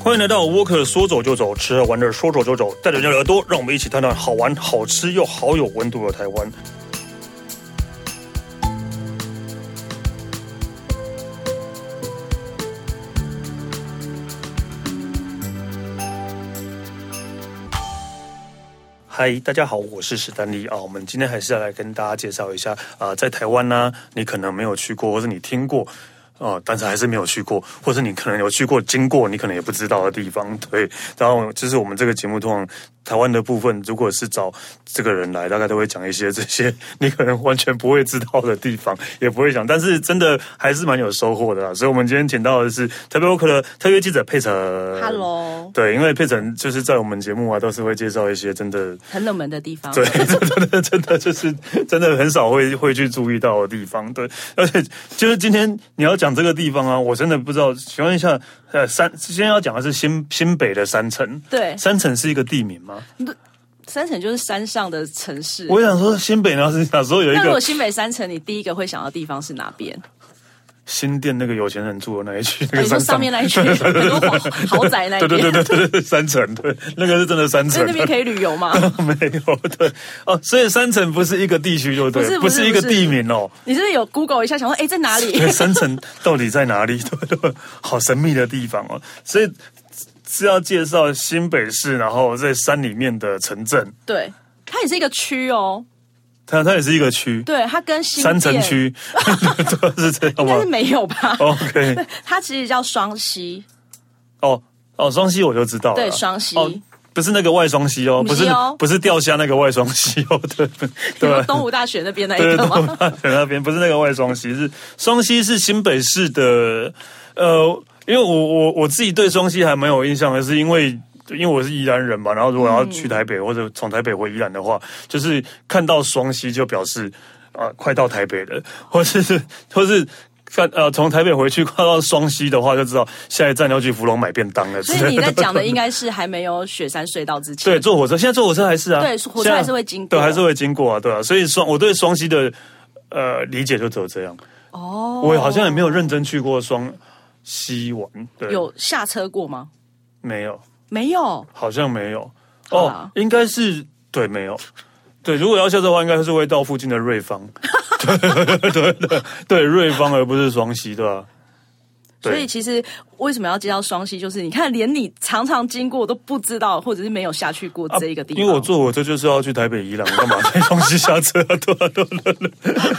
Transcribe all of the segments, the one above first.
欢迎来到沃克，说走就走，吃着玩着说走就走，带着你的耳朵，让我们一起探探好玩、好吃又好有温度的台湾。嗨，大家好，我是史丹利啊。我们今天还是要来跟大家介绍一下啊、在台湾呢、你可能没有去过，或者你听过。哦，但是还是没有去过，或者你可能有去过，经过你可能也不知道的地方， 对。然后就是我们这个节目通常台湾的部分，如果是找这个人来，大概都会讲一些这些 你可能完全不会知道的地方，也不会讲，但是真的还是蛮有收获的啦。啊所以我们今天请到的是台北沃克的特约记者佩晨。 Hello，对，因为佩晨就是在我们节目啊，都是会介绍一些真 的，很冷门的地方。对，真的真的就是真的很少会会去注意到的地方。对，而且就是今天你要讲这个地方啊，我真的不知道。请问一下，呃，三今天要讲的是新新北的三城，对三城是一个地名吗？三城就是山上的城市。我想说新北，然后是哪时候有一那如果个新北三城，你第一个会想到地方是哪边？新店那个有钱人住的那一区，那个哦你说山上面那 一区很多豪豪宅那对一对边，对对对对，三城，对，那个是真的三所城以。那边可以旅游吗？ 没有对哦，所以三城不是一个地区，就对了，不是不是一个不是地名哦。你是不是有 Google 一下，想说哎在哪里？ 对，三层到底在哪里？ 对对，好神秘的地方哦。所以是要介绍新北市，然后在山里面的城镇，对，它也是一个区哦。它它也是一个区，对，它跟新三城店，区， 对是这样 应该是吗哦没有吧？ ？OK，它其实叫双溪，哦哦，双溪我就知道了，对双溪哦不是那个外双溪哦，不不是是哦不是钓虾那个外双溪哦， 对对，东吴大学那边那对一个东吗？大学那边不是那个外双溪，是双溪是新北市的，呃，因为我我我自己对双溪还蛮有印象的，是因为。因为我是宜兰人嘛，然后如果要去台北、或者从台北回宜兰的话，就是看到双溪就表示啊、呃快到台北了， 或是或是看呃从台北回去快到双溪的话，就知道下一站要去芙蓉买便当了之 类所的。以你在讲的应该是还没有雪山隧道之前。对，坐火车，现在坐火车还是啊，对火车还是会经过对，还是会经过啊，对啊，所以双我对双溪的呃理解就只有这样，哦，我好像也没有认真去过双溪玩，对，有下车过吗？没有？没有，好像没有，好哦啦，应该是对，没有。对，如果要下车的话，应该是会到附近的瑞芳， 对对对对，瑞芳而不是双溪，对吧、对所以其实为什么要介绍双溪，就是你看，连你常常经过都不知道，或者是没有下去过这一个地啊方。因为我坐火车就是要去台北宜兰，我干嘛 带东西下车啊？对啊，对啊对啊对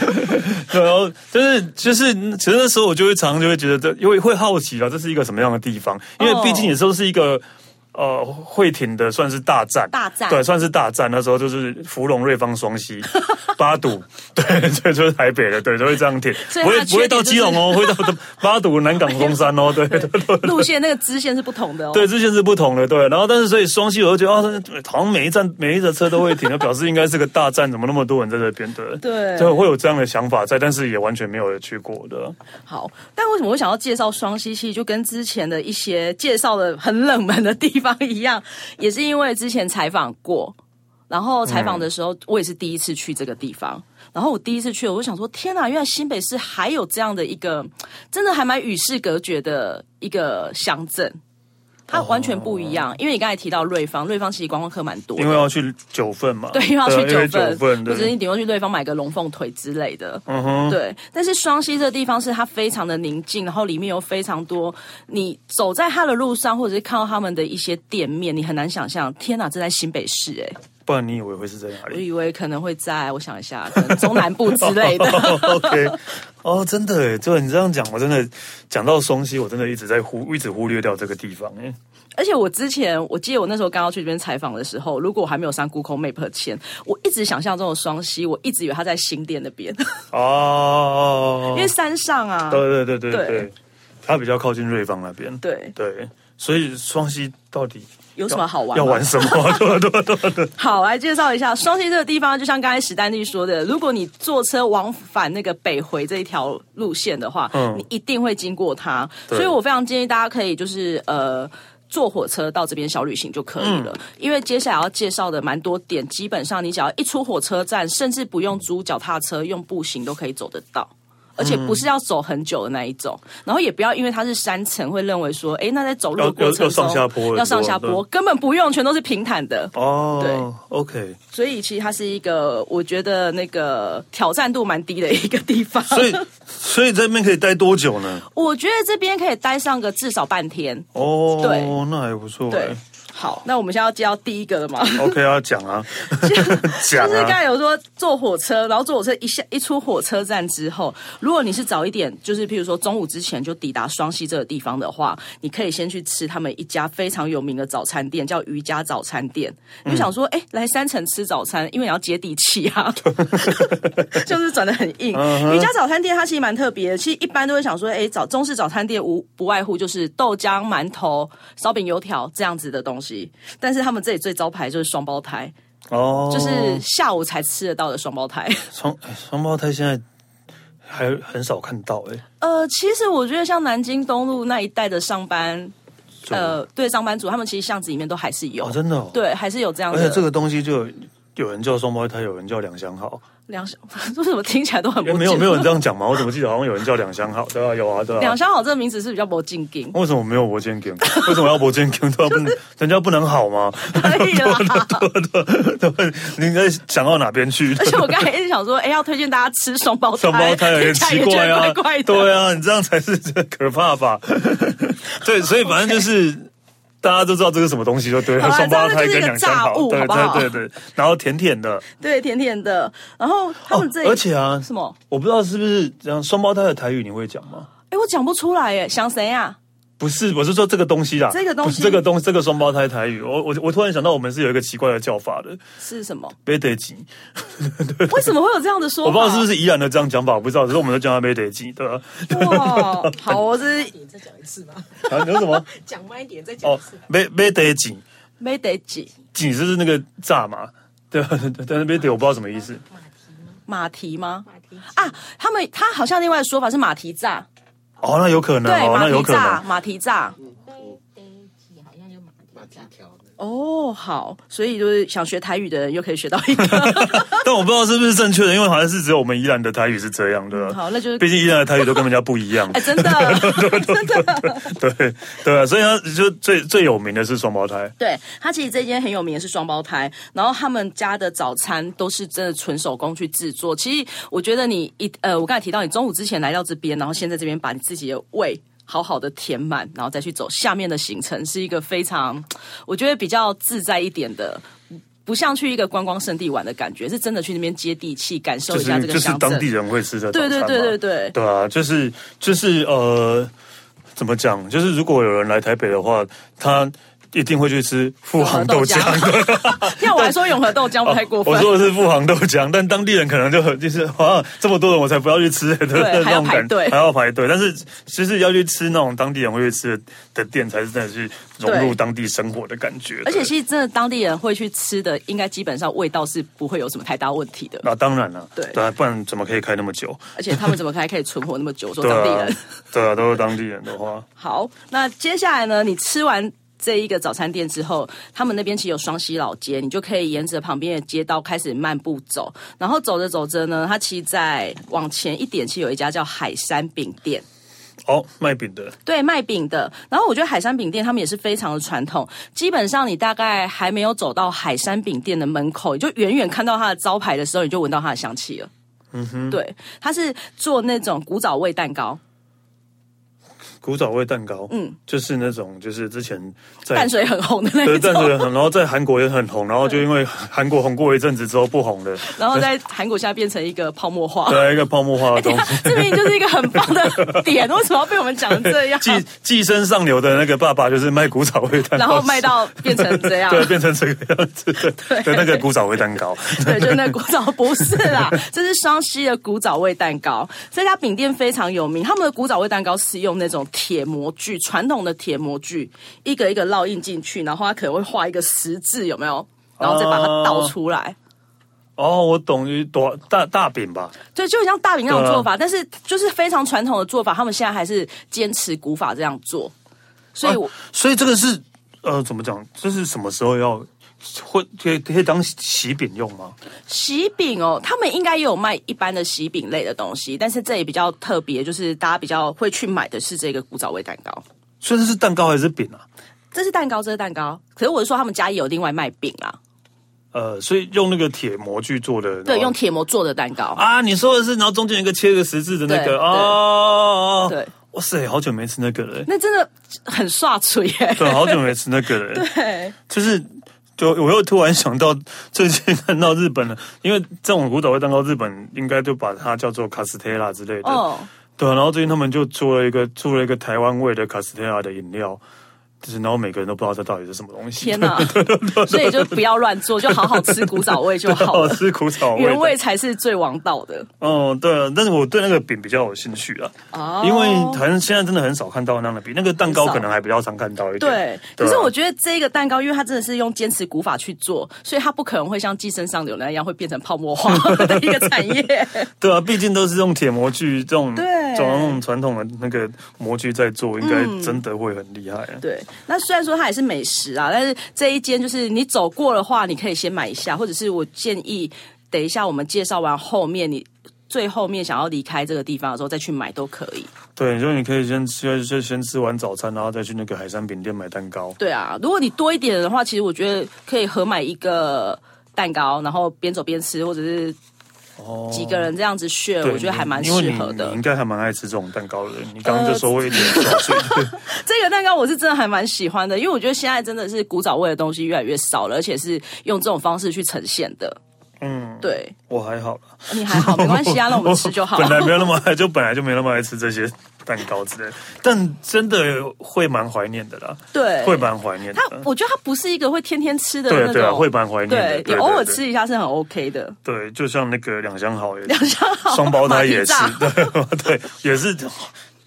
啊对啊然后就是就是，其实那时候我就会常常就会觉得这，因为会好奇啊，这是一个什么样的地方？因哦为毕竟也都是一个。呃，会挺的算是大战，大战对，算是大战。那时候就是芙蓉、瑞芳、双 溪、八堵，对对，就是台北了，对，都会这样挺，所以不它会的不会缺点到就基隆哦，会到 八堵、南港、中山哦，对对对。路线那个支线是不同的哦。对，之前是不同的，对。然后，但是所以双溪，我就觉得啊，好像每一站每一节车都会停，就 表示应该是个大站，怎么那么多人在这边？对，对就会有这样的想法在，但是也完全没有去过的。好，但为什么我想要介绍双溪？其实就跟之前的一些介绍的很冷门的地方一样，也是因为之前采访过，然后采访的时候、我也是第一次去这个地方。然后我第一次去，我就想说，天哪！原来新北市还有这样的一个，真的还蛮与世隔绝的一个乡镇，它完全不一样。因为你刚才提到瑞芳，瑞芳其实观光客蛮多的，因为要去啊九份嘛，对，又要去九份，或者对你顶多去对方买个龙凤腿之类的。嗯哼，对，但是双溪这个地方是它非常的宁静，然后里面有非常多你走在它的路上，或者是看到他们的一些店面，你很难想象。天哪，这在新北市哎、不然你以为会是在哪我里以为可能会在我想一下，可能中南部之 类的。 ？OK，哦，真的耶，就你这样讲，我真的讲到双溪，我真的一直在忽一直忽略掉这个地方。哎而且我之前，我记得我那时候刚要去这边采访的时候，如果我还没有上 Google Map 前，我一直想象中的双溪，我一直以为它在新店那边，哦，因为山上啊。对对对对对对，它比较靠近瑞芳那边。对，对，所以双溪到底有什么好玩？要玩什么？ 对对对对对好，来介绍一下双溪这个地方，就像刚才史丹利说的，如果你坐车往返那个北回这一条路线的话，嗯你一定会经过它，对所以我非常建议大家可以就是呃。坐火车到这边小旅行就可以了，嗯因为接下来要介绍的蛮多点，嗯基本上你只要一出火车站，甚至不用租脚踏车，用步行都可以走得到。而且不是要走很久的那一种。然后也不要因为它是山城，会认为说，哎，那在走路的要过程要要上中下坡的要上下对坡，根本不用，全都是平坦的。哦，对，OK。所以其实它是一个，我觉得那个挑战度蛮低的一个地方。所以，所以在那边可以待多久呢？ 我觉得这边可以待上个至少半天。哦，对那还不错、对欸。，好，那我们现在要接到第一个 了嘛？ OK 啊，讲 啊，讲就是啊，刚才有说坐火车，然后坐火车一下一出火车站之后，如果你是早一点，就是譬如说中午之前就抵达双溪这个地方的话，你可以先去吃他们一家非常有名的早餐店，叫瑜伽早餐店。嗯你就想说，哎、来三层吃早餐，因为你要接地气啊， 嗯就是转的很硬。瑜伽早餐店它其实蛮特别的，其实一般都会想说，哎，早中式早餐店无不外乎就是豆浆、馒头、烧饼、油条这样子的东西，但是他们这里最招牌就是双胞胎。哦，就是下午才吃得到的双胞 胎。双哎双胞胎现在还很少看到哎、呃，其实我觉得像南京东路那一带的上班，就呃，对上班族，他们其实巷子里面都还是有，哦，真的、哦，对，还是有这样而且的这个东西就有有人叫双胞胎，有人叫两相好，两相， 为什么听起来都很因不为没有没有人敬这样讲嘛，我怎么记得好像有人叫两相好？对啊，有啊， 对啊，两。相好这个名字是比较不敬敬 为什么没有博建 g 为什么要博建 g 对啊，不能人家不能好吗？可以啦。 对吧，你应该想到哪边去？而且我刚才一直想说，哎，要推荐大家吃双胞胎，双胞胎听很起来奇也觉怪得啊，怪怪的。对啊，你这样才是可怕 吧？对，所以反正就是。大家都知道这是什么东西，就对了，好啦啊双胞胎跟这两个就是一个相炸好，物对好不好对对对，然后甜甜的，对，甜甜的。然后他们这里而且啊，什么？我不知道是不是这样，双胞胎的台语你会讲吗？哎，我讲不出来耶，想谁啊？不是，我是说这个东西啦，这个东不西是这个东这个双胞胎台语，我我我突然想到，我们是有一个奇怪的叫法的，是 什么？贝得吉，为什么会有这样的说我不法？知道是不是依然的这样讲法，我不知道，只是我们都叫它贝得吉，对吧？ 哇，好，我是你再讲一次吧，啊，你说什么？ 讲慢一点，再讲一哦次。，贝贝得吉，没得挤。紧就是那个炸嘛，对， 但是 b 得我不知道什么意思。马蹄吗？马蹄吗？马蹄啊，他们他好像另外的说法是马蹄炸，哦，那有可能，对，哦，马那有蹄可炸，能。马蹄炸。好像有马马蹄蹄条的，哦，好，所以就是想学台语的人又可以学到 一个。但我不知道是不是正确的，因为好像是只有我们宜兰的台语是这样的。嗯好，那就是毕竟宜兰的台语都跟人家不一 样哎，。真的真的，对对啊，所以他就最最有名的是双胞胎。对他其实这间很有名的是双胞胎，然后他们家的早餐都是真的纯手工去制作。其实我觉得你一呃，我刚才提到你中午之前来到这边，然后先在这边把你自己的胃。好好的填满，然后再去走下面的行程，是一个非常，我觉得比较自在一点的，不像去一个观光胜地玩的感觉，是真的去那边接地气，感受就一下是这就个是乡镇。当地人会吃的早对餐对嘛对 对对，对啊，就是就是呃，怎么讲？就是如果有人来台北的话，他一定会去吃富航豆浆。 要我来说永和豆浆不太过分。啊我说的是富航豆浆，但当地人可能就很就是啊，这么多人我才不要去吃，对对那种感还要排队还要排队。但是其实要去吃那种当地人会去吃的的店，才是真的去融入对当地生活的感觉。而且对其实真的当地人会去吃的，应该基本上味道是不会有什么太大问题的。那、当然了，对啊，不然怎么可以开那么久？而且他们怎么还可以存活那么久？说对当地啊人。， 对啊，都是当地人的话，好，那接下来呢？你吃完这一个早餐店之后，他们那边其实有双溪老街，你就可以沿着旁边的街道开始漫步走。然后走着走着呢，它其实在往前一点，其实有一家叫海山饼店。哦，卖饼的对，卖饼的。然后我觉得海山饼店他们也是非常的传统，基本上你大概还没有走到海山饼店的门口，你就远远看到它的招牌的时候，你就闻到它的香气了。嗯哼，对，它是做那种古早味蛋糕，古早味蛋糕，嗯，就是那种就是之前在淡水很红的那对，一种淡，水很，然后在韩国也很红，然后就因为韩国红过一阵子之后不红 了，然后在韩国现在变成一个泡沫化。对，一个泡沫化的东西。 这明明哎就是一个很棒的点，为什么要被我们讲成这 样？寄寄生上流的那个爸爸就是卖古早味蛋糕，然后卖到变成这 样，对，变成这个样子的的那个古早味蛋糕。对，就是那古早不是啦， 这是双溪的古早味蛋糕。这家饼店非常有名，他们的古早味蛋糕是用那种铁模具，传统的铁模具，一个一个烙印进去，然后它可能会画一个十字，有没有？然后再把它倒出来。哦，我懂，就是多大大饼吧？对，就很像大饼那种对啊做法，但是就是非常传统的做法，他们现在还是坚持古啊哦法这样做。所以我，所以这个是呃，怎么讲？这是什么时候要会可以可以当喜饼用吗？喜饼哦，他们应该也有卖一般的喜饼类的东西，但是这里比较特别，就是大家比较会去买的是这个古早味蛋糕。所以这是蛋糕还是饼啊？这是蛋糕，这是蛋糕。可是我是说，他们家也有另外卖饼啊，呃，所以用那个铁模具做的，对，然后用铁模做的蛋糕。啊，你说的是，然后中间有一个切个十字的那对个哦，对，哇塞，好久没吃那个了欸，那真的很刷嘴耶。对，好久没吃那个了欸，对，就是。就我又突然想到，最近看到日本了，因为这种古早味蛋糕，日本应该就把它叫做卡斯特拉之类的。哦，对啊，然后最近他们就做了一个做了一个台湾味的卡斯特拉的饮料，就是然后每个人都不知道这到底是什么东西。 天哪！所以就不要乱做，就好好吃古早味就 好 好了，吃苦草味的，原味才是最王道的。哦，对啊，但是我对那个饼比较有兴趣啊，哦因为好像现在真的很少看到那样的饼，那个蛋糕很少可能还比较常看到一点。对，对可啊是我觉得这个蛋糕，因为它真的是用坚持古法去做，所以它不可能会像寄生上流那样会变成泡沫化的一个产 业。对啊，毕竟都是用铁模具这种对这种那种传统的那个模具在做，应该嗯真的会很厉害、啊。对，那虽然说它也是美食啊，但是这一间就是你走过的话，你可以先买一下，或者是我建议等一下我们介绍完后面你。最后面想要离开这个地方的时候再去买都可以。对，就你可以先吃，就先吃完早餐，然后再去那个海山饼店买蛋糕。对啊，如果你多一点的话，其实我觉得可以合买一个蛋糕，然后边走边吃，或者是哦，几个人这样子 share，、对我觉得还蛮因为适你合的。呃你应该还蛮爱吃这种蛋糕的。你刚刚就说会一点小碎，这个蛋糕我是真的还蛮喜欢的，因为我觉得现在真的是古早味的东西越来越少了，而且是用这种方式去呈现的。嗯，对，我还好啦，你还好，没关系啊，那我们吃就好。本来没有那么爱，就本来就没那么爱吃这些蛋糕之类的，但真的会蛮怀念的啦，对，会蛮怀念的它。，我觉得它不是一个会天天吃的对那啊种，对啊，会蛮怀念的。对对你偶尔。对对吃一下是很 OK 的。对，就像那个两相好也是，两相好双胞胎也是 马蹄，对对，也是。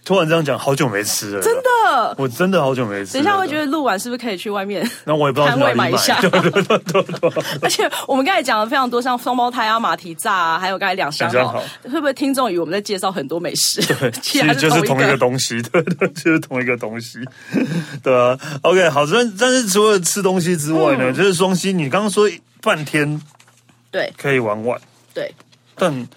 突然这样讲，好久没吃了，真的，呃，我真的好久没吃了。等一下会觉得录完是不是可以去外面？那我也不知道去哪里摊位买一 下 对对对对对，而且我们刚才讲了非常多，像双胞胎啊、马蹄炸啊，还有刚才两箱两好，相会不会听众以为我们在介绍很多美食？ 对，其其实实还是就是同同一一个个。东西， 对对，就是同一个东西， 对啊。OK，好，但但是除了吃东西之外嗯呢，就是双溪，你刚刚说半天对可以玩完，对，但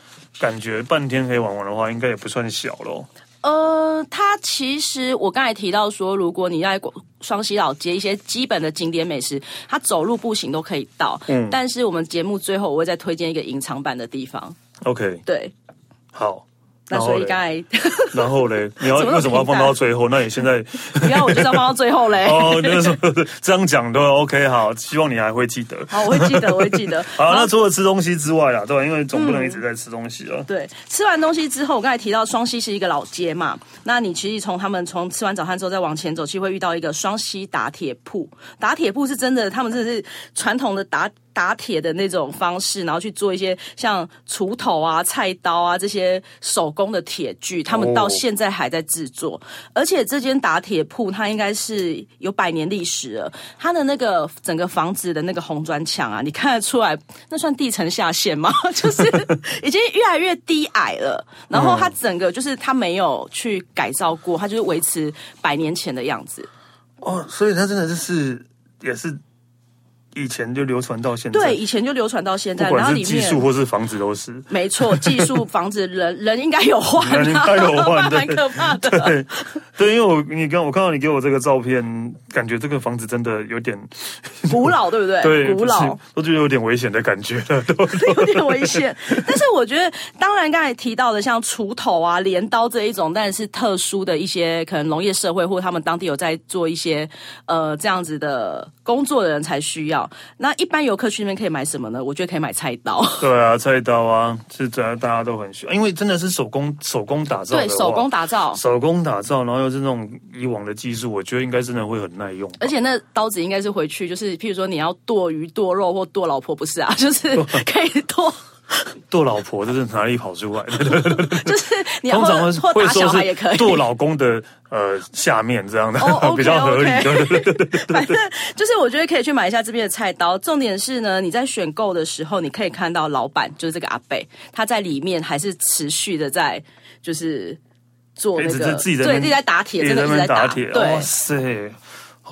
感觉半天可以玩完的话，应该也不算小喽。呃，它其实我刚才提到说，如果你在双溪老街一些基本的景点美食，它走路步行都可以到。嗯，但是我们节目最后我会再推荐一个隐藏版的地方。 OK，对，好。那然后所以嘞刚才 然后嘞，你要怎么那么为什么要放平到淡最后？那你现在不要我就是要放到最后嘞。 哦，那什么这样讲都 OK，好，希望你还会记得。好，我会记得，我会记得。 好，那除了吃东西之外啦，对吧？因为总不能一直在吃东西啊。对，吃完东西之后，我刚才提到双溪是一个老街嘛，那你其实从他们从吃完早餐之后再往前走，其实会遇到一个双溪打铁铺。打铁铺是真的，他们真的是传统的打打铁的那种方式，然后去做一些像锄头啊、菜刀啊这些手工的铁具，他们到哦现在还在制作。而且这间打铁铺它应该是有百年历史了，它的那个整个房子的那个红砖墙啊，你看得出来，那算地层下陷吗？ 就是已经越来越低矮了。然后它整个就是它没有去改造过，它就是维持百年前的样子。哦，所以它真的就是也是以前就流传到现在，对，，以前就流传到现不在，然后管是里技术面。或是房子都是。 没错，技术房子人人应该有换、啊，人应该有 换对蛮可怕的。对，对，因为我你刚我看到你给我这个照片，感觉这个房子真的有点古老，对不对？对，古不老是，都觉得有点危险的感觉了。对 有点危险。但是我觉得，当然刚才提到的像锄头啊、镰刀这一种，当然是特殊的一些可能农业社会或他们当地有在做一些呃这样子的工作的人才需要。那一般游客去那边可以买什么呢？我觉得可以买菜刀，对啊，菜刀啊，是大家大家都很喜欢，因为真的是手工手工打造的对话，手工打造。手工打造，然后又是那种以往的技术，我觉得应该真的会很耐用。而且那刀子应该是回去，就是譬如说你要剁鱼、剁肉或剁老婆，不是啊，就是可以剁，剁老婆这是哪里跑出来 的？就是你要通或常或会打说小孩也可是以。剁老公的呃下面这样的、 哦比较合理。 OK，OK 对对对 对对反正就是我觉得可以去买一下这边的菜刀。重点是呢，你在选购的时候，你可以看到老板就是这个阿贝，他在里面还是持续的在就是做那一直个自己在那对边自己在打铁，也真的一那直在边打打铁，哦对哇。塞！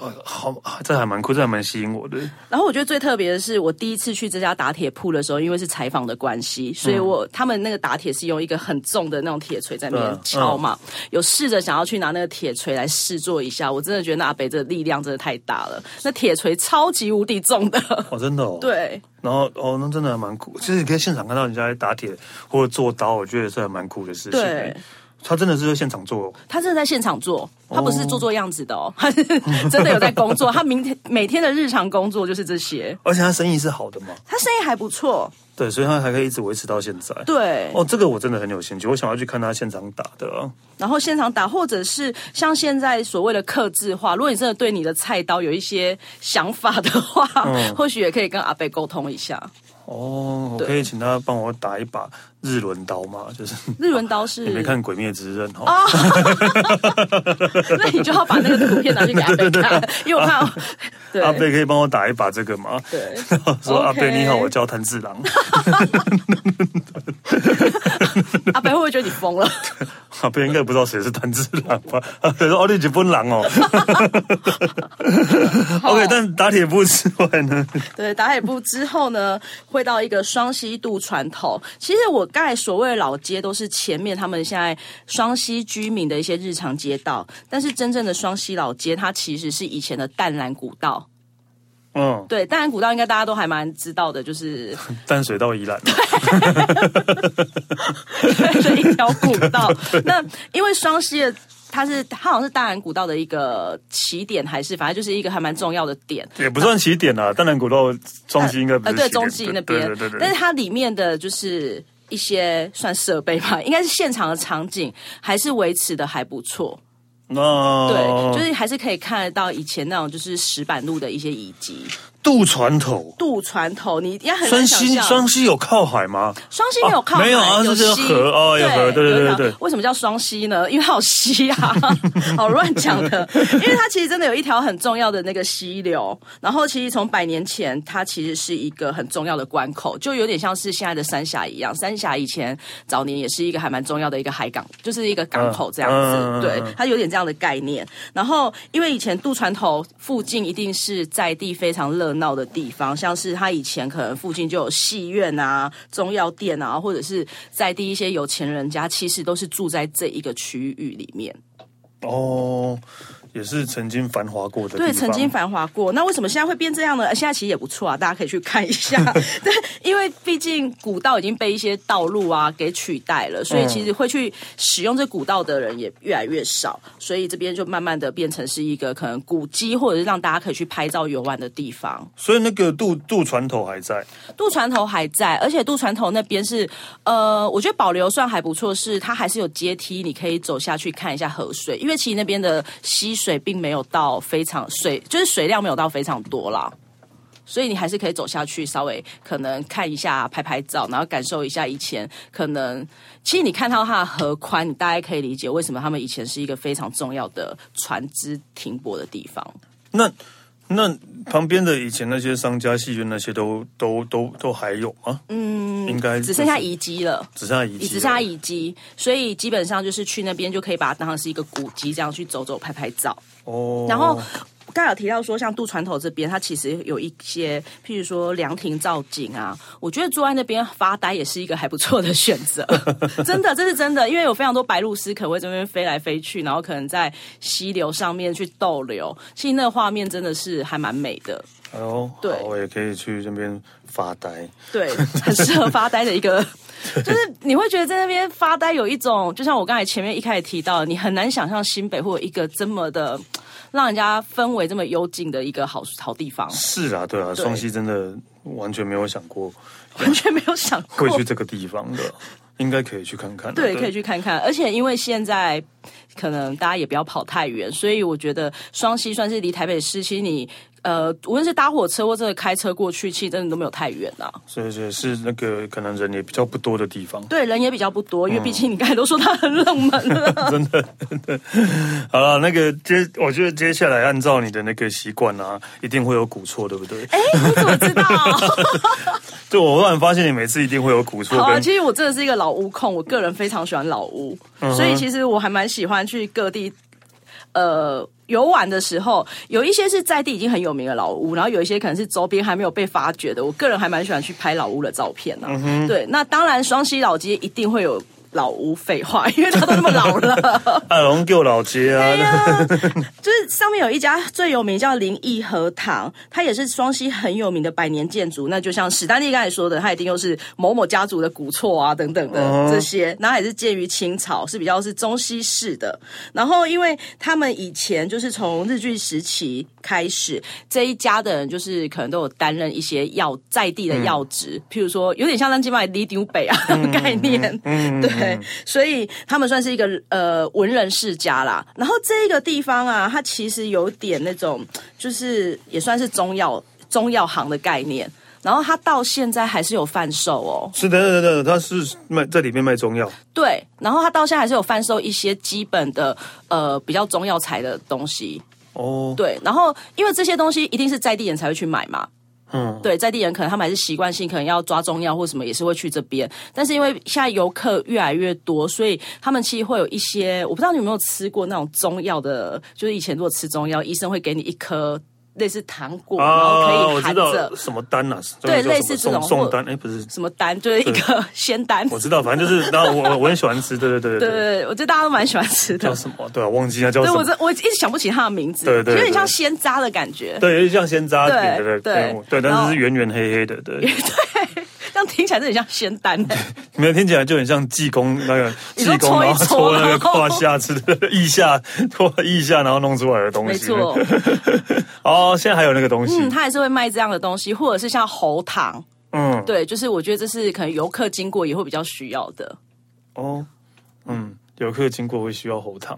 呃好，这还蛮酷，这还蛮吸引我的。然后我觉得最特别的是，我第一次去这家打铁铺的时候，因为是采访的关系，所以我、他们那个打铁是用一个很重的那种铁锤在嗯那边敲嘛，有试着想要去拿那个铁锤来试做一下，我真的觉得那阿北这个力量真的太大了，那铁锤超级无敌重的， 哦，真的哦。。对。然后哦，那真的还蛮酷。其实你可以现场看到人家在打铁或者做刀，我觉得是还蛮酷的事情。对，他真的是在现场做哦。他真的在现场做，他不是做做样子的哦， 他是真的有在工作。他明天每天的日常工作就是这些，而且他生意是好的嘛，他生意还不错。对，所以他还可以一直维持到现在。对，哦，这个我真的很有兴趣，我想要去看他现场打的啊、然后现场打，或者是像现在所谓的克制化，如果你真的对你的菜刀有一些想法的话，或许也可以跟阿贝沟通一下。哦，我可以请他帮我打一把日轮刀嘛，就是日哦轮刀你没是，看《鬼灭之刃》哦哈、 那你就要把那个图片拿去给阿 贝看，因为我看到对阿贝可以帮我打一把这个吗？对。然后 说 OK 阿贝你好，我叫炭治 郎，阿贝会不会觉得你疯了？阿贝应该不知道谁是炭治郎吧？阿贝说哦，你日本人 哦。OK，但是哦打铁不之外呢，对，打海部之后呢，会到一个双溪渡船头。其实我刚才所谓的老街，都是前面他们现在双溪居民的一些日常街道。但是真正的双溪老街，它其实是以前的淡蓝古道。嗯，对，淡蓝古道应该大家都还蛮知道的，就是 淡水到宜兰，这一条古道。那因为双溪的。它是它好像是大安古道的一个起点，还是反正就是一个还蛮重要的点。也不算起点啊。淡蓝古道中心应该不呃，是对，起点中继那边，对对对但是对。它里面的就是一些算设备吧，应该是现场的场景还是维持的还不错，那对，哦就是还是可以看得到以前那种就是石板路的一些遗迹。渡船头。渡船头，你 应该很双难想溪，象双溪有靠海吗？双溪没有靠海、哦没有啊这是溪河哦有河对对有一条对对对为什么叫双溪呢？因为它有溪啊， 好乱讲的。因为它其实真的有一条很重要的那个溪流，然后其实从百年前，它其实是一个很重要的关口，就有点像是现在的三峡一样。三峡以前早年也是一个还蛮重要的一个海港，就是一个港口这样子，嗯嗯嗯嗯对，它有点这样的概念。然后，因为以前渡船头附近一定是在地非常热闹的地方，像是它以前可能附近就有戏院啊、中药店啊，或者是在地一些有钱人家，其实都是住在这一个区域里面。哦，也是曾经繁华过的地方。对，曾经繁华过。那为什么现在会变这样呢？呃现在其实也不错啊，大家可以去看 一下。对，因为毕竟古道已经被一些道路啊给取代了，嗯所以其实会去使用这古道的人也越来越少，所以这边就慢慢的变成是一个可能古迹，或者是让大家可以去拍照游玩的地方。所以那个渡渡船头还在。渡船头还在，而且渡船头那边是，呃，我觉得保留算还不错，是它还是有阶梯，你可以走下去看一下河水，因为其实那边的溪水并没有到非常水，就是水量没有到非常多啦。所以你还是可以走下去，稍微可能看一下、拍拍照，然后感受一下以前可能。其实你看到它的河宽，你大概可以理解为什么他们以前是一个非常重要的船只停泊的地方。那那旁边的以前那些商家、戏院那些都都都都还有吗？嗯，应该只剩下遗迹了。只剩下遗迹只了，剩下遗迹，所以基本上就是去那边就可以把它当成是一个古迹，这样去走走拍拍照。哦。然后刚才有提到说，像渡船头这边，它其实有一些，譬如说凉亭造景啊，我觉得坐在那边发呆也是一个还不错的选择。真的，这是真的，因为有非常多白鹭鸶可能会这边飞来飞去，然后可能在溪流上面去逗留，其实那个画面真的是还蛮美的。哎呦，对好我也可以去那边发呆。对，很适合发呆的一 个，就是你会觉得在那边发呆有一种，就像我刚才前面一开始提到的，你很难想象新北会有一个这么的让人家氛围这么幽静的一个好好地方，是啊，对啊，双溪真的完全没有想过完全没有想会过。去这个地方的， 应该可以去看看啊。对，可以去看看，而且因为现在可能大家也不要跑太远，所以我觉得双溪算是离台北市，其实你呃，无论是搭火车或者开车过去，其实真的都没有太远啊。所以所以是那个可能人也比较不多的地方。对，人也比较不多，因为毕竟你刚才都说它很冷门了。真的，真的。好了，那个接，我觉得接下来按照你的那个习惯啊，一定会有鼓错，对不对？ 哎、你怎么知道？对，我突然发现你每次一定会有鼓错好啊，跟其实我真的是一个嗯老屋控，我个人非常喜欢老屋，所以其实我还蛮喜欢去各地。呃游玩的时候，有一些是在地已经很有名的老屋，然后有一些可能是周边还没有被发掘的。我个人还蛮喜欢去拍老屋的照片嗯呢、对，那当然双溪老街一定会有老屋废话，因为它都那么老了。啊，龙舅老街哎啊， 就是上面有一家最有名叫林益和堂，它也是双溪很有名的百年建筑。那就像史丹利刚才说的，它一定又是某某家族的古厝啊等等的嗯这些，然后也是建于清朝，是比较是中西式的。然后因为他们以前就是从日据时期开始，这一家的人就是可能都有担任一些要在地的要职，譬如说有点像咱今麦离丢北啊、 概念，嗯对，所以他们算是一个呃文人世家啦。然后这个地方啊，它其实有点那种，就是也算是中药中药行的概念。然后它到现在还是有贩售哦，是等等等等，他是卖在里面卖中药，对。然后它到现在还是有贩售一些基本的呃比较中药材的东西，哦，对。然后因为这些东西一定是在地人才会去买嘛，嗯，对，在地人可能他们还是习惯性，可能要抓中药或什么，也是会去这边。但是因为现在游客越来越多，所以他们其实会有一些，我不知道你有没有吃过那种中药的，就是以前如果吃中药，医生会给你一颗类似糖果，然后可哦啊我以含知着道什么丹啊，这个对叫类什么似这种送或送丹，哎，不是，什么丹，就是一个仙丹。我知道，反正就是，然后我 我我很喜欢吃，对对对对对对，我觉得大家都蛮喜欢吃叫的。什么？对啊，忘记那叫对，什我么。这我一直想不起它的名字，对对对有点像鲜渣的感觉。对，有点像鲜渣对对对对对对，然但后是是圆圆黑黑的，对，这样听起来真的很像仙丹、欸。 没有听起来就很像济公那个 济你说公，搓一然后搓那个搓胯下之类的 腋下，搓腋下，然后弄出来的东西。没错。哦，现在还有那个东西，嗯，他还是会卖这样的东西，或者是像喉糖。嗯，对，就是我觉得这是可能游客经过也会比较需要的。哦，嗯，游客经过会需要喉糖。。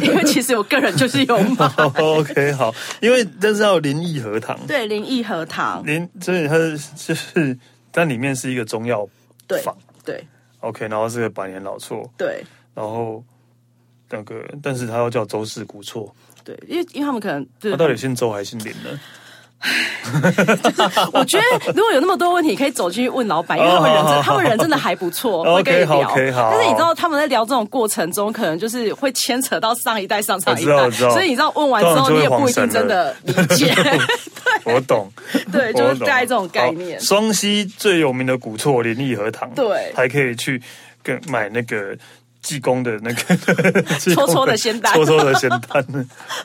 因为其实我个人就是有买 OK，好，哦因为但是要林异荷塘，对，林益荷塘，林，所以它是就是，但里面是一个中药对坊对，OK，然后是个百年老厝，对然后那个，但是它要叫周氏古厝，对，因为因为他们可能对它，到底姓周还是姓林呢？我觉得如果有那么多问题，可以走进去问老板，因为他们人真他们人真的还不错， OK，会跟你聊。好哦但，OK，好是你知道他们在聊这种过程中，可能就是会牵扯到上一代、上上我一知道代，我知道所以你知道问完之当然后，就会你也不一定晃神真的理 解。我懂， 对，就我是懂大概这种概念好。双溪最有名的古厝林立荷塘，对还可以去跟买那个济公的那 个济公搓搓的仙丹搓搓的仙丹，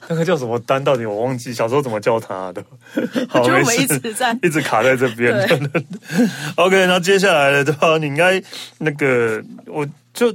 那个叫什么丹？到底我忘记小时候怎么叫它 的。好，就我没们事一直在一直卡在这边对。？OK，那接下来的话，你应该那个我就。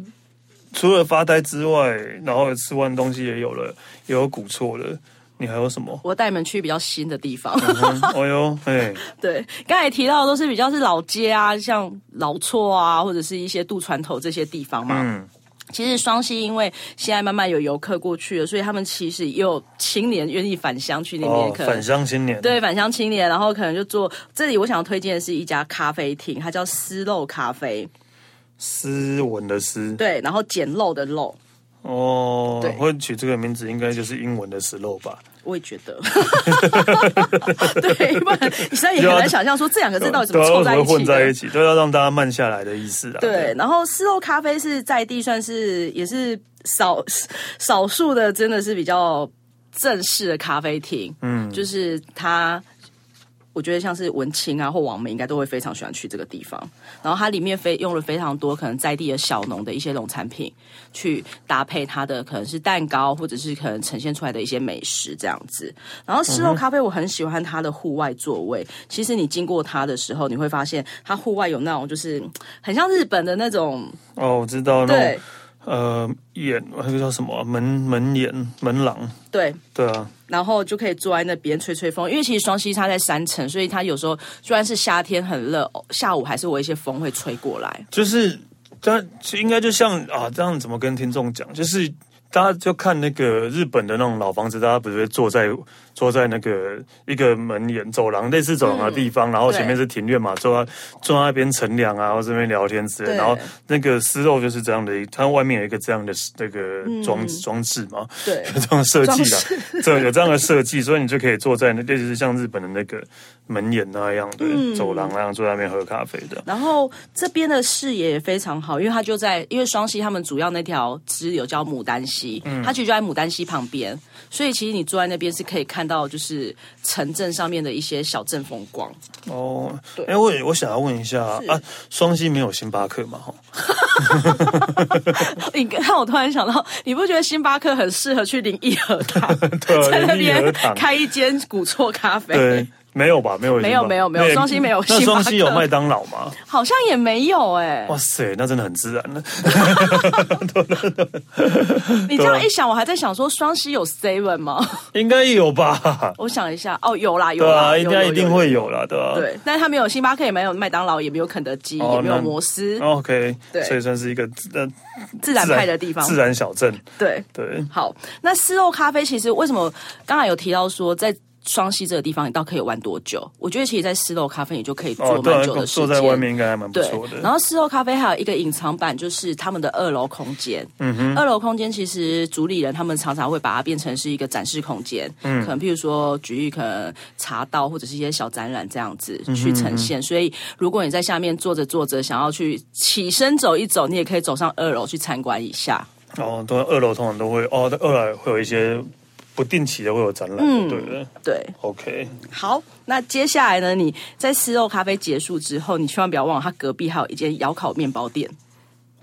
除了发呆之外，然后吃完东西也有了，也有古错了。你还有什么 我带你们去比较新的地方。嗯哎呦，哎，对，刚才提到的都是比较是老街啊，像老厝啊，或者是一些渡船头这些地方嘛。嗯其实双溪因为现在慢慢有游客过去了，所以他们其实也有青年愿意返乡去那边，哦，可能返乡青年，对，返乡青年，然后可能就做这里。我想推荐的是一家咖啡厅，它叫丝漏咖啡，斯文的斯，对，然后简陋的漏，哦对，会取这个名字应该就是英文的 slow 吧？我也觉得， 对，不然你现在也很难想象说这两个字到底怎么啊对啊凑为什在一么起混的在一起？都要让大家慢下来的意思啊。对，，然后丝肉咖啡是在地算是也是少 少数的，真的是比较正式的咖啡厅。嗯，就是它，我觉得像是文青啊或网民应该都会非常喜欢去这个地方。然后它里面非用了非常多可能在地的小农的一些农产品，去搭配它的可能是蛋糕或者是可能呈现出来的一些美食这样子。然后湿肉咖啡我很喜欢它的户外座位，其实你经过它的时候，你会发现它户外有那种就是很像日本的那种，哦，我知道那对种呃眼那个叫什么啊门门眼门廊，对。对啊，然后就可以坐在那边吹吹风，因为其实双溪它在山城，所以它有时候虽然是夏天很热，下午还是有一些风会吹过来。就是它应该就像啊，这样怎么跟听众讲？就是。大家就看那个日本的那种老房子，大家不是会坐在坐在那个一个门沿走廊类似走廊的地方，然后前面是庭院嘛，坐在坐在那边乘凉啊，然后这边聊天之类的。对然后那个丝肉就是这样的一，它外面有一个这样的那个装装置嘛，对有这样的设计嗯装的，这有这样的设计，所以你就可以坐在那类似像日本的那个门沿那样的嗯走廊那样坐在那边喝咖啡的。然后这边的视野也非常好，因为它就在因为双溪他们主要那条支流叫牡丹溪，它其实就在牡丹溪旁边，所以其实你坐在那边是可以看到就是城镇上面的一些小镇风光。哦，对哎，我也我想要问一下啊，双溪没有星巴克嘛？哈， 你看，我突然想到，你不觉得星巴克很适合去林义和堂， 对啊在那林义和边堂开一间古厝咖啡？对，没有吧？没有星巴克，没有没有没有那双溪没有那星巴克双溪有麦当劳吗？好像也没有 哎、哇塞，那真的很自然了。你这啊样一想，我还在想说双溪有 seven 吗？ 应该有吧？我想一下，哦，有啦有对啦，啊，有应该有一定有会有啦，对啊。对，但是它没有星巴克，也没有麦当劳，也没有肯德基，哦也没有那摩斯， ，OK，对所以算是一个自呃自然派的地方。自然小镇。对，对，好，那丝肉咖啡其实为什么刚才有提到说在双溪这个地方，你到底可以玩多久？我觉得其实，在丝肉咖啡你就可以哦坐，对蛮啊久，的时坐间。在外面应该还蛮不对错，的。然后丝肉咖啡还有一个隐藏版，就是他们的二楼空间。嗯哼，二楼空间其实主理人他们常常会把它变成是一个展示空间，嗯，可能譬如说举例，可能茶道或者是一些小展览这样子去呈现。所以如果你在下面坐着坐着，想要去起身走一走，你也可以走上二楼去参观一下。哦，对，二楼通常都会哦，在二楼会有一些不定期的会有展览，嗯、对的。对， OK，好，那接下来呢？你在丝肉咖啡结束之后，你千万不要忘了，它隔壁还有一间窑烤面包店。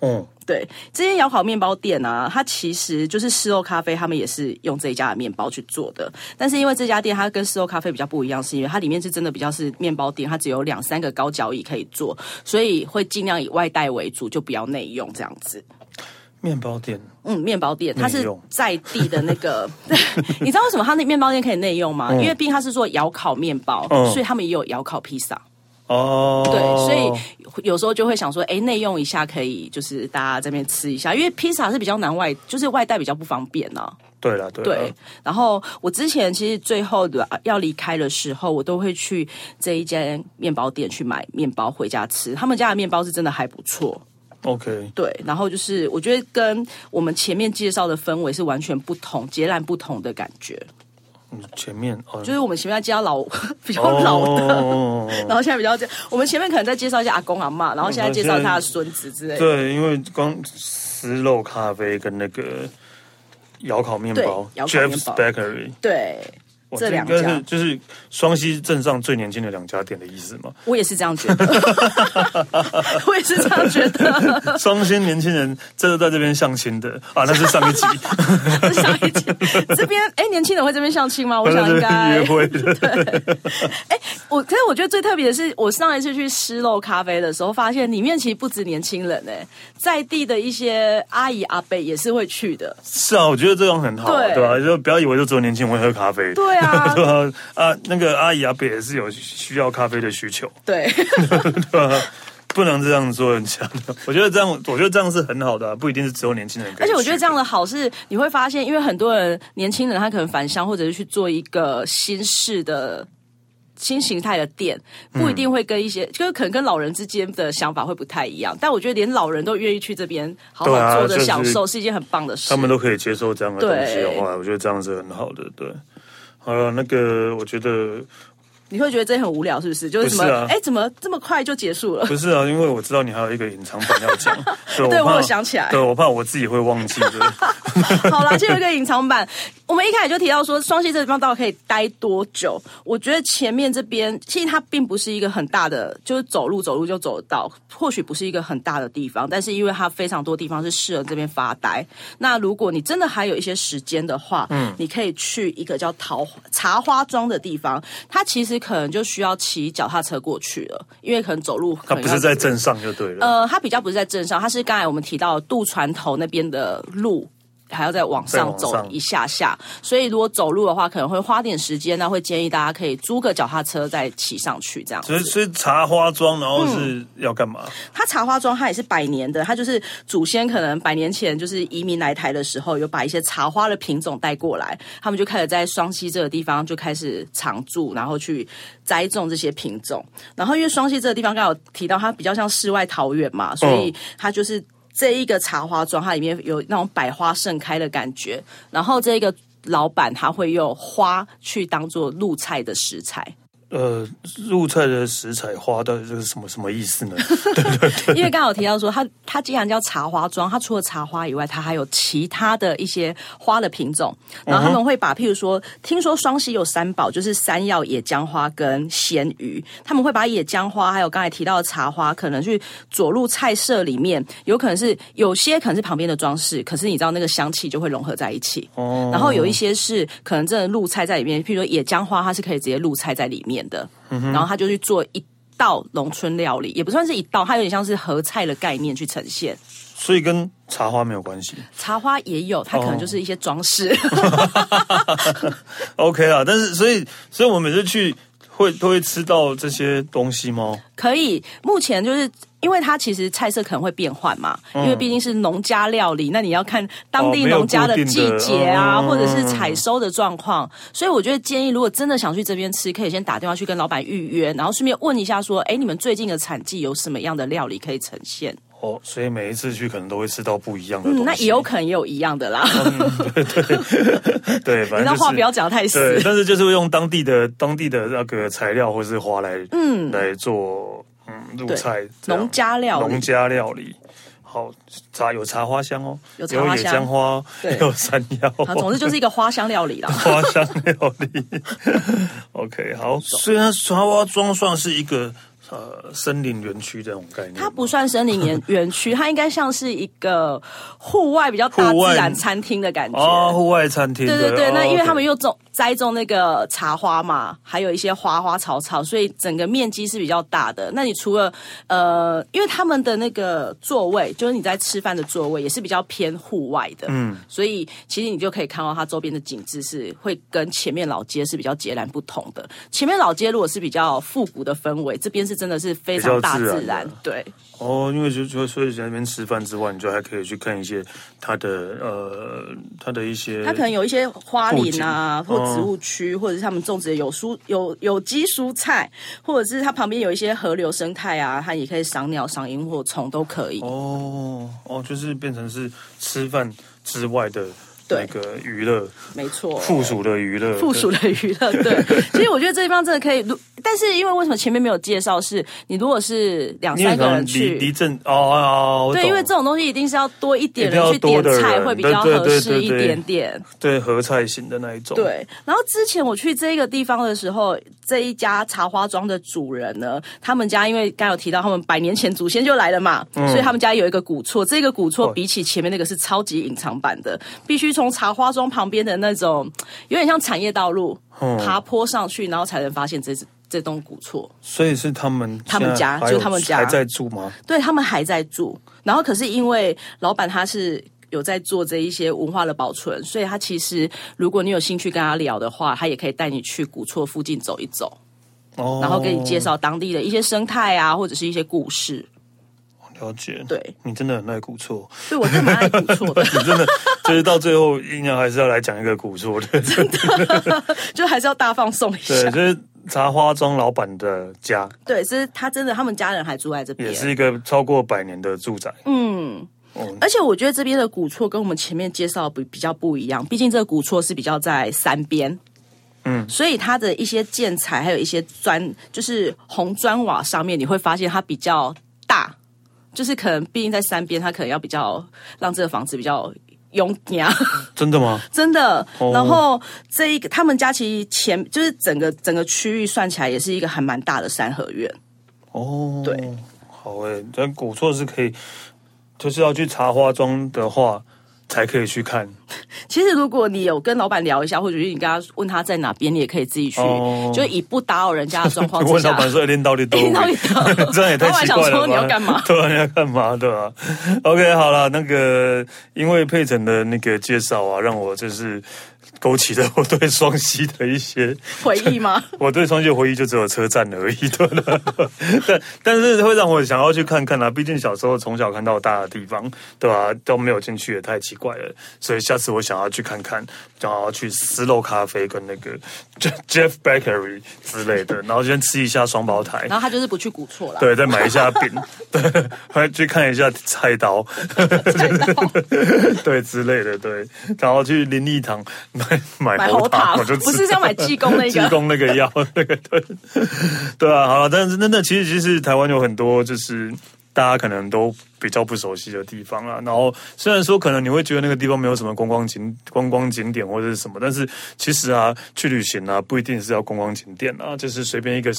嗯，对，这间窑烤面包店啊，它其实就是丝肉咖啡，他们也是用这一家的面包去做的。但是因为这家店它跟丝肉咖啡比较不一样，是因为它里面是真的比较是面包店，它只有两三个高脚椅可以坐，所以会尽量以外带为主，就不要内用这样子。面包店嗯，面包店它内是用在地的那个， 你知道为什么它那面包店可以内用吗？因为毕竟它是做窑烤面包，嗯所以他们也有窑烤披萨。哦，对，所以有时候就会想说，哎，内用一下可以，就是大家这边吃一下，因为披萨是比较难外，就是外带比较不方便呐、对了，对啊对了，，然后我之前其实最后的啊要离开的时候，我都会去这一间面包店去买面包回家吃，他们家的面包是真的还不错。 ，OK，对，然后就是我觉得跟我们前面介绍的氛围是完全不同、截然不同的感觉。嗯，前面哦，就是我们前面要介绍老 比较老的，哦然后现在比较这，我们前面可能在介绍一下阿公阿嬷，然后现在介绍他的孙子之类的。对，因为光丝肉咖啡跟那个窑烤面包对窑烤面，Jeff's 包 Bakery，对，哇这两应该是家就是双溪镇上最年轻的两家店的意思嘛。 我也是这样觉得，我也是这样觉得。双溪年轻人这是在这边相亲的啊，那是上一集，上一集这边，哎，年轻人会这边 相亲吗？ 我在想这应边该约。会 的。我可是我觉得最特别的是，我上一次去湿漏咖啡的时候，发现里面其实不止年轻人哎、在地的一些阿姨阿伯也是会去的。是啊，我觉得这样很好，对对吧、就不要以为就只有年轻人会喝咖啡，对 啊对吧、啊？那个阿姨阿伯也是有需要咖啡的需求，对，对吧、不能这样做人家。 我觉得这样，我觉得这样是很好的啊、不一定是只有年轻人可以去。而且我觉得这样的好是，你会发现，因为很多人年轻人他可能返乡，或者是去做一个新式的。新形态的店不一定会跟一嗯些，就是可能跟老人之间的想法会不太一样，但我觉得连老人都愿意去这边好对啊好坐就着是享受，是一件很棒的事他。们都可以接受这样的东西的对话，我觉得这样是很好的。对，好了，那个我觉得你会觉得这很无聊，是不是？就是不是什么，啊哎、怎么这么快就结束了？不是啊，因为我知道你还有一个隐藏版要 讲，对对我怕我有想起来对我怕我自己会忘记 的。好啦，就有一个隐藏版。我们一开始就提到说，双溪这个地方到底可以待多久？我觉得前面这边其实它并不是一个很大的，就是走路走路就走得到，或许不是一个很大的地方，但是因为它非常多地方是适合这边发呆。那如果你真的还有一些时间的话，嗯，你可以去一个叫桃花茶花庄的地方，它其实可能就需要骑脚踏车过去了，因为可能走路可他能不要是在镇上就对了，呃，它比较不是在镇上，它是刚才我们提到渡船头那边的路。还要再往上再往走上一下下，所以如果走路的话，可能会花点时间那会建议大家可以租个脚踏车再骑上去这样所以子。所以茶花庄，然后是嗯要干嘛？它茶花庄它也是百年的，它就是祖先可能百年前就是移民来台的时候，有把一些茶花的品种带过来，他们就开始在双溪这个地方就开始常住，然后去栽种这些品种。然后因为双溪这个地方刚好提到它比较像世外桃源嘛，所以它就是这一个茶花庄，它里面有那种百花盛开的感觉。然后这个老板他会用花去当做露菜的食材。呃入菜的食材花到底是什么什么意思 呢？因为刚好提到说，它它既然叫茶花庄，它除了茶花以外，它还有其他的一些花的品种。然后他们会把，譬如说，听说双溪有三宝，就是山药、野姜花跟咸鱼。他们会把野姜花，还有刚才提到的茶花，可能去佐入菜色里面，有可能是有些可能是旁边的装饰，可是你知道那个香气就会融合在一起。哦然后有一些是可能真的露菜在里面，譬如说野姜花，它是可以直接露菜在里面的，然后它就去做一道农村料理，也不算是一道，它有点像是合菜的概念去呈现。所以跟茶花没有关系。茶花也有，它可能就是一些装饰。 OK 啦，但是所以所以我每次去会都会吃到这些东西吗？可以，目前就是因为它其实菜色可能会变换嘛，因为毕竟是农家料理，那你要看当嗯哦地没有农家的固定季的节啊，嗯或者是采收的状况，所以我觉得建议，如果真的想去这边吃，可以先打电话去跟老板预约，然后顺便问一下说，哎，你们最近的产季有什么样的料理可以呈现？哦，所以每一次去可能都会吃到 不嗯一样的东西。嗯，那也有可能也有一样的啦， 对，反你知正道就是话不要讲太对，死。但是就是会用当地的当地的那个材料或是花来，嗯，来做嗯入菜，这样农家料理农家料理。好，茶有茶花香哦，有茶花野香姜花，对有山药，好，总之就是一个花香料 理啦。花香料理。OK，好，虽然茶花庄算是一个呃森林园区这种概念，它不算森林园园区，它应该像是一个户外比较大户外自然餐厅的感觉。哦，户外餐厅对的，对对，哦那因为他们 OK 又种栽种那个茶花嘛，还有一些花花草草，所以整个面积是比较大的。那你除了呃，因为他们的那个座位，就是你在吃饭的座位，也是比较偏户外的，嗯，所以其实你就可以看到它周边的景致是会跟前面老街是比较截然不同的。前面老街如果是比较复古的氛围，这边是真的是非常比较大自然的自然，对。哦，因为就就所以在那边吃饭之外，你就还可以去看一些它的呃它的一些，它可能有一些花林嗯啊，或植物区，或者是他们种植的有蔬有有机蔬菜，或者是它旁边有一些河流生态啊，它也可以赏鸟、赏萤火虫都可以。哦哦，就是变成是吃饭之外的那对个娱乐，没错，附属的娱乐，附属的娱 乐。对，其实我觉得这地方真的可以，如但是因为为什么前面没有介绍是，你如果是两因为三可个能人离去，离正哦哦哦，我对，懂因为这种东西一定是要多一点一定要人去多点的菜人会比较对对合对适一对对点点。对合菜型的那一种，，对，然后之前我去这个地方的时候，这一家茶花庄的主人呢，他们家因为刚有提到他们百年前祖先就来了嘛，所以他们家有一个古厝，这个古厝哇比起前面那个是超级隐藏版的，必须从茶花庄旁边的那种有点像产业道路、爬坡上去，然后才能发现这只这栋古厝。所以是他们他们现家在还有就是他们家还在住吗？对他们还在住，然后可是因为老板他是。有在做这一些文化的保存，所以他其实如果你有兴趣跟他聊的话，他也可以带你去古厝附近走一走。哦，然后给你介绍当地的一些生态啊，或者是一些故事。了解，对，你真的很爱古厝，对我真的蛮爱古 厝的，你真的就是到最后，应该还是要来讲一个古厝 的，就还是要大放送一下。对，就是茶花庄老板的家，对，这是他真的，他们家人还住在这边也。是一个超过百年的住宅。嗯而且我觉得这边的古厝跟我们前面介绍的比比较不一样，毕竟这个古厝是比较在山边。嗯，所以它的一些建材，还有一些砖，就是红砖瓦上面，你会发现它比较大，就是可能毕竟在山边，它可能要比较让这个房子比较勇敢。真的吗？ 真的。哦然后这一个他们家其实前就是整个整个区域算起来也是一个还蛮大的三合院。哦，对，好诶、但古厝是可以，就是要去茶花庄的话才可以去看。其实如果你有跟老板聊一下，或者是你跟他问他在哪边，你也可以自己去，哦就以不打扰人家的状 况之问老下。板说：“哎练到底 多一无天到聊底 到这样也太奇怪了吧？老板想说你要 干嘛对啊，你要干嘛？对吧、OK，好了，那个因为佩晨的那个介绍啊，让我就是勾起了我对双溪的一些 回忆吗？我对双溪的回忆就只有车站而已， 对吧？但但是会让我想要去看看啊，毕竟小时候从小看到大的地方，对吧、都没有进去也太奇怪了，所以下下次我想要去看看，想要去丝漏咖啡跟那个 Jeff Bakery 之类的，然后先吃一下双胞胎。然后他就是不去古厝啦。对，再买一下 饼，对，还去看一下菜刀， 对之类的，对，然后去林立堂买买买喉喉糖，糖我就不是要买济公 那提个，供那个药，那个对，对啊，好了，但是那那其实其实台湾有很多就是大家可能都比较不熟悉的地方啊。然后虽然说可能你会觉得那个地方没有什么观光景观光景点或者是什么，但是其实啊，去旅行啊不一定是要观光景点啊，就是随便一个。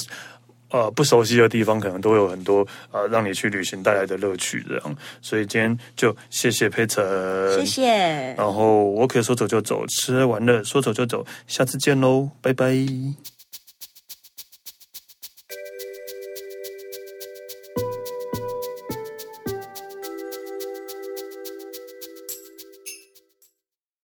呃，不熟悉的地方可能都有很多呃，让你去旅行带来的乐趣，这样。所以今天就谢谢佩晨，谢谢。然后我可以说走就走，吃喝玩乐说走就走，下次见喽，拜拜。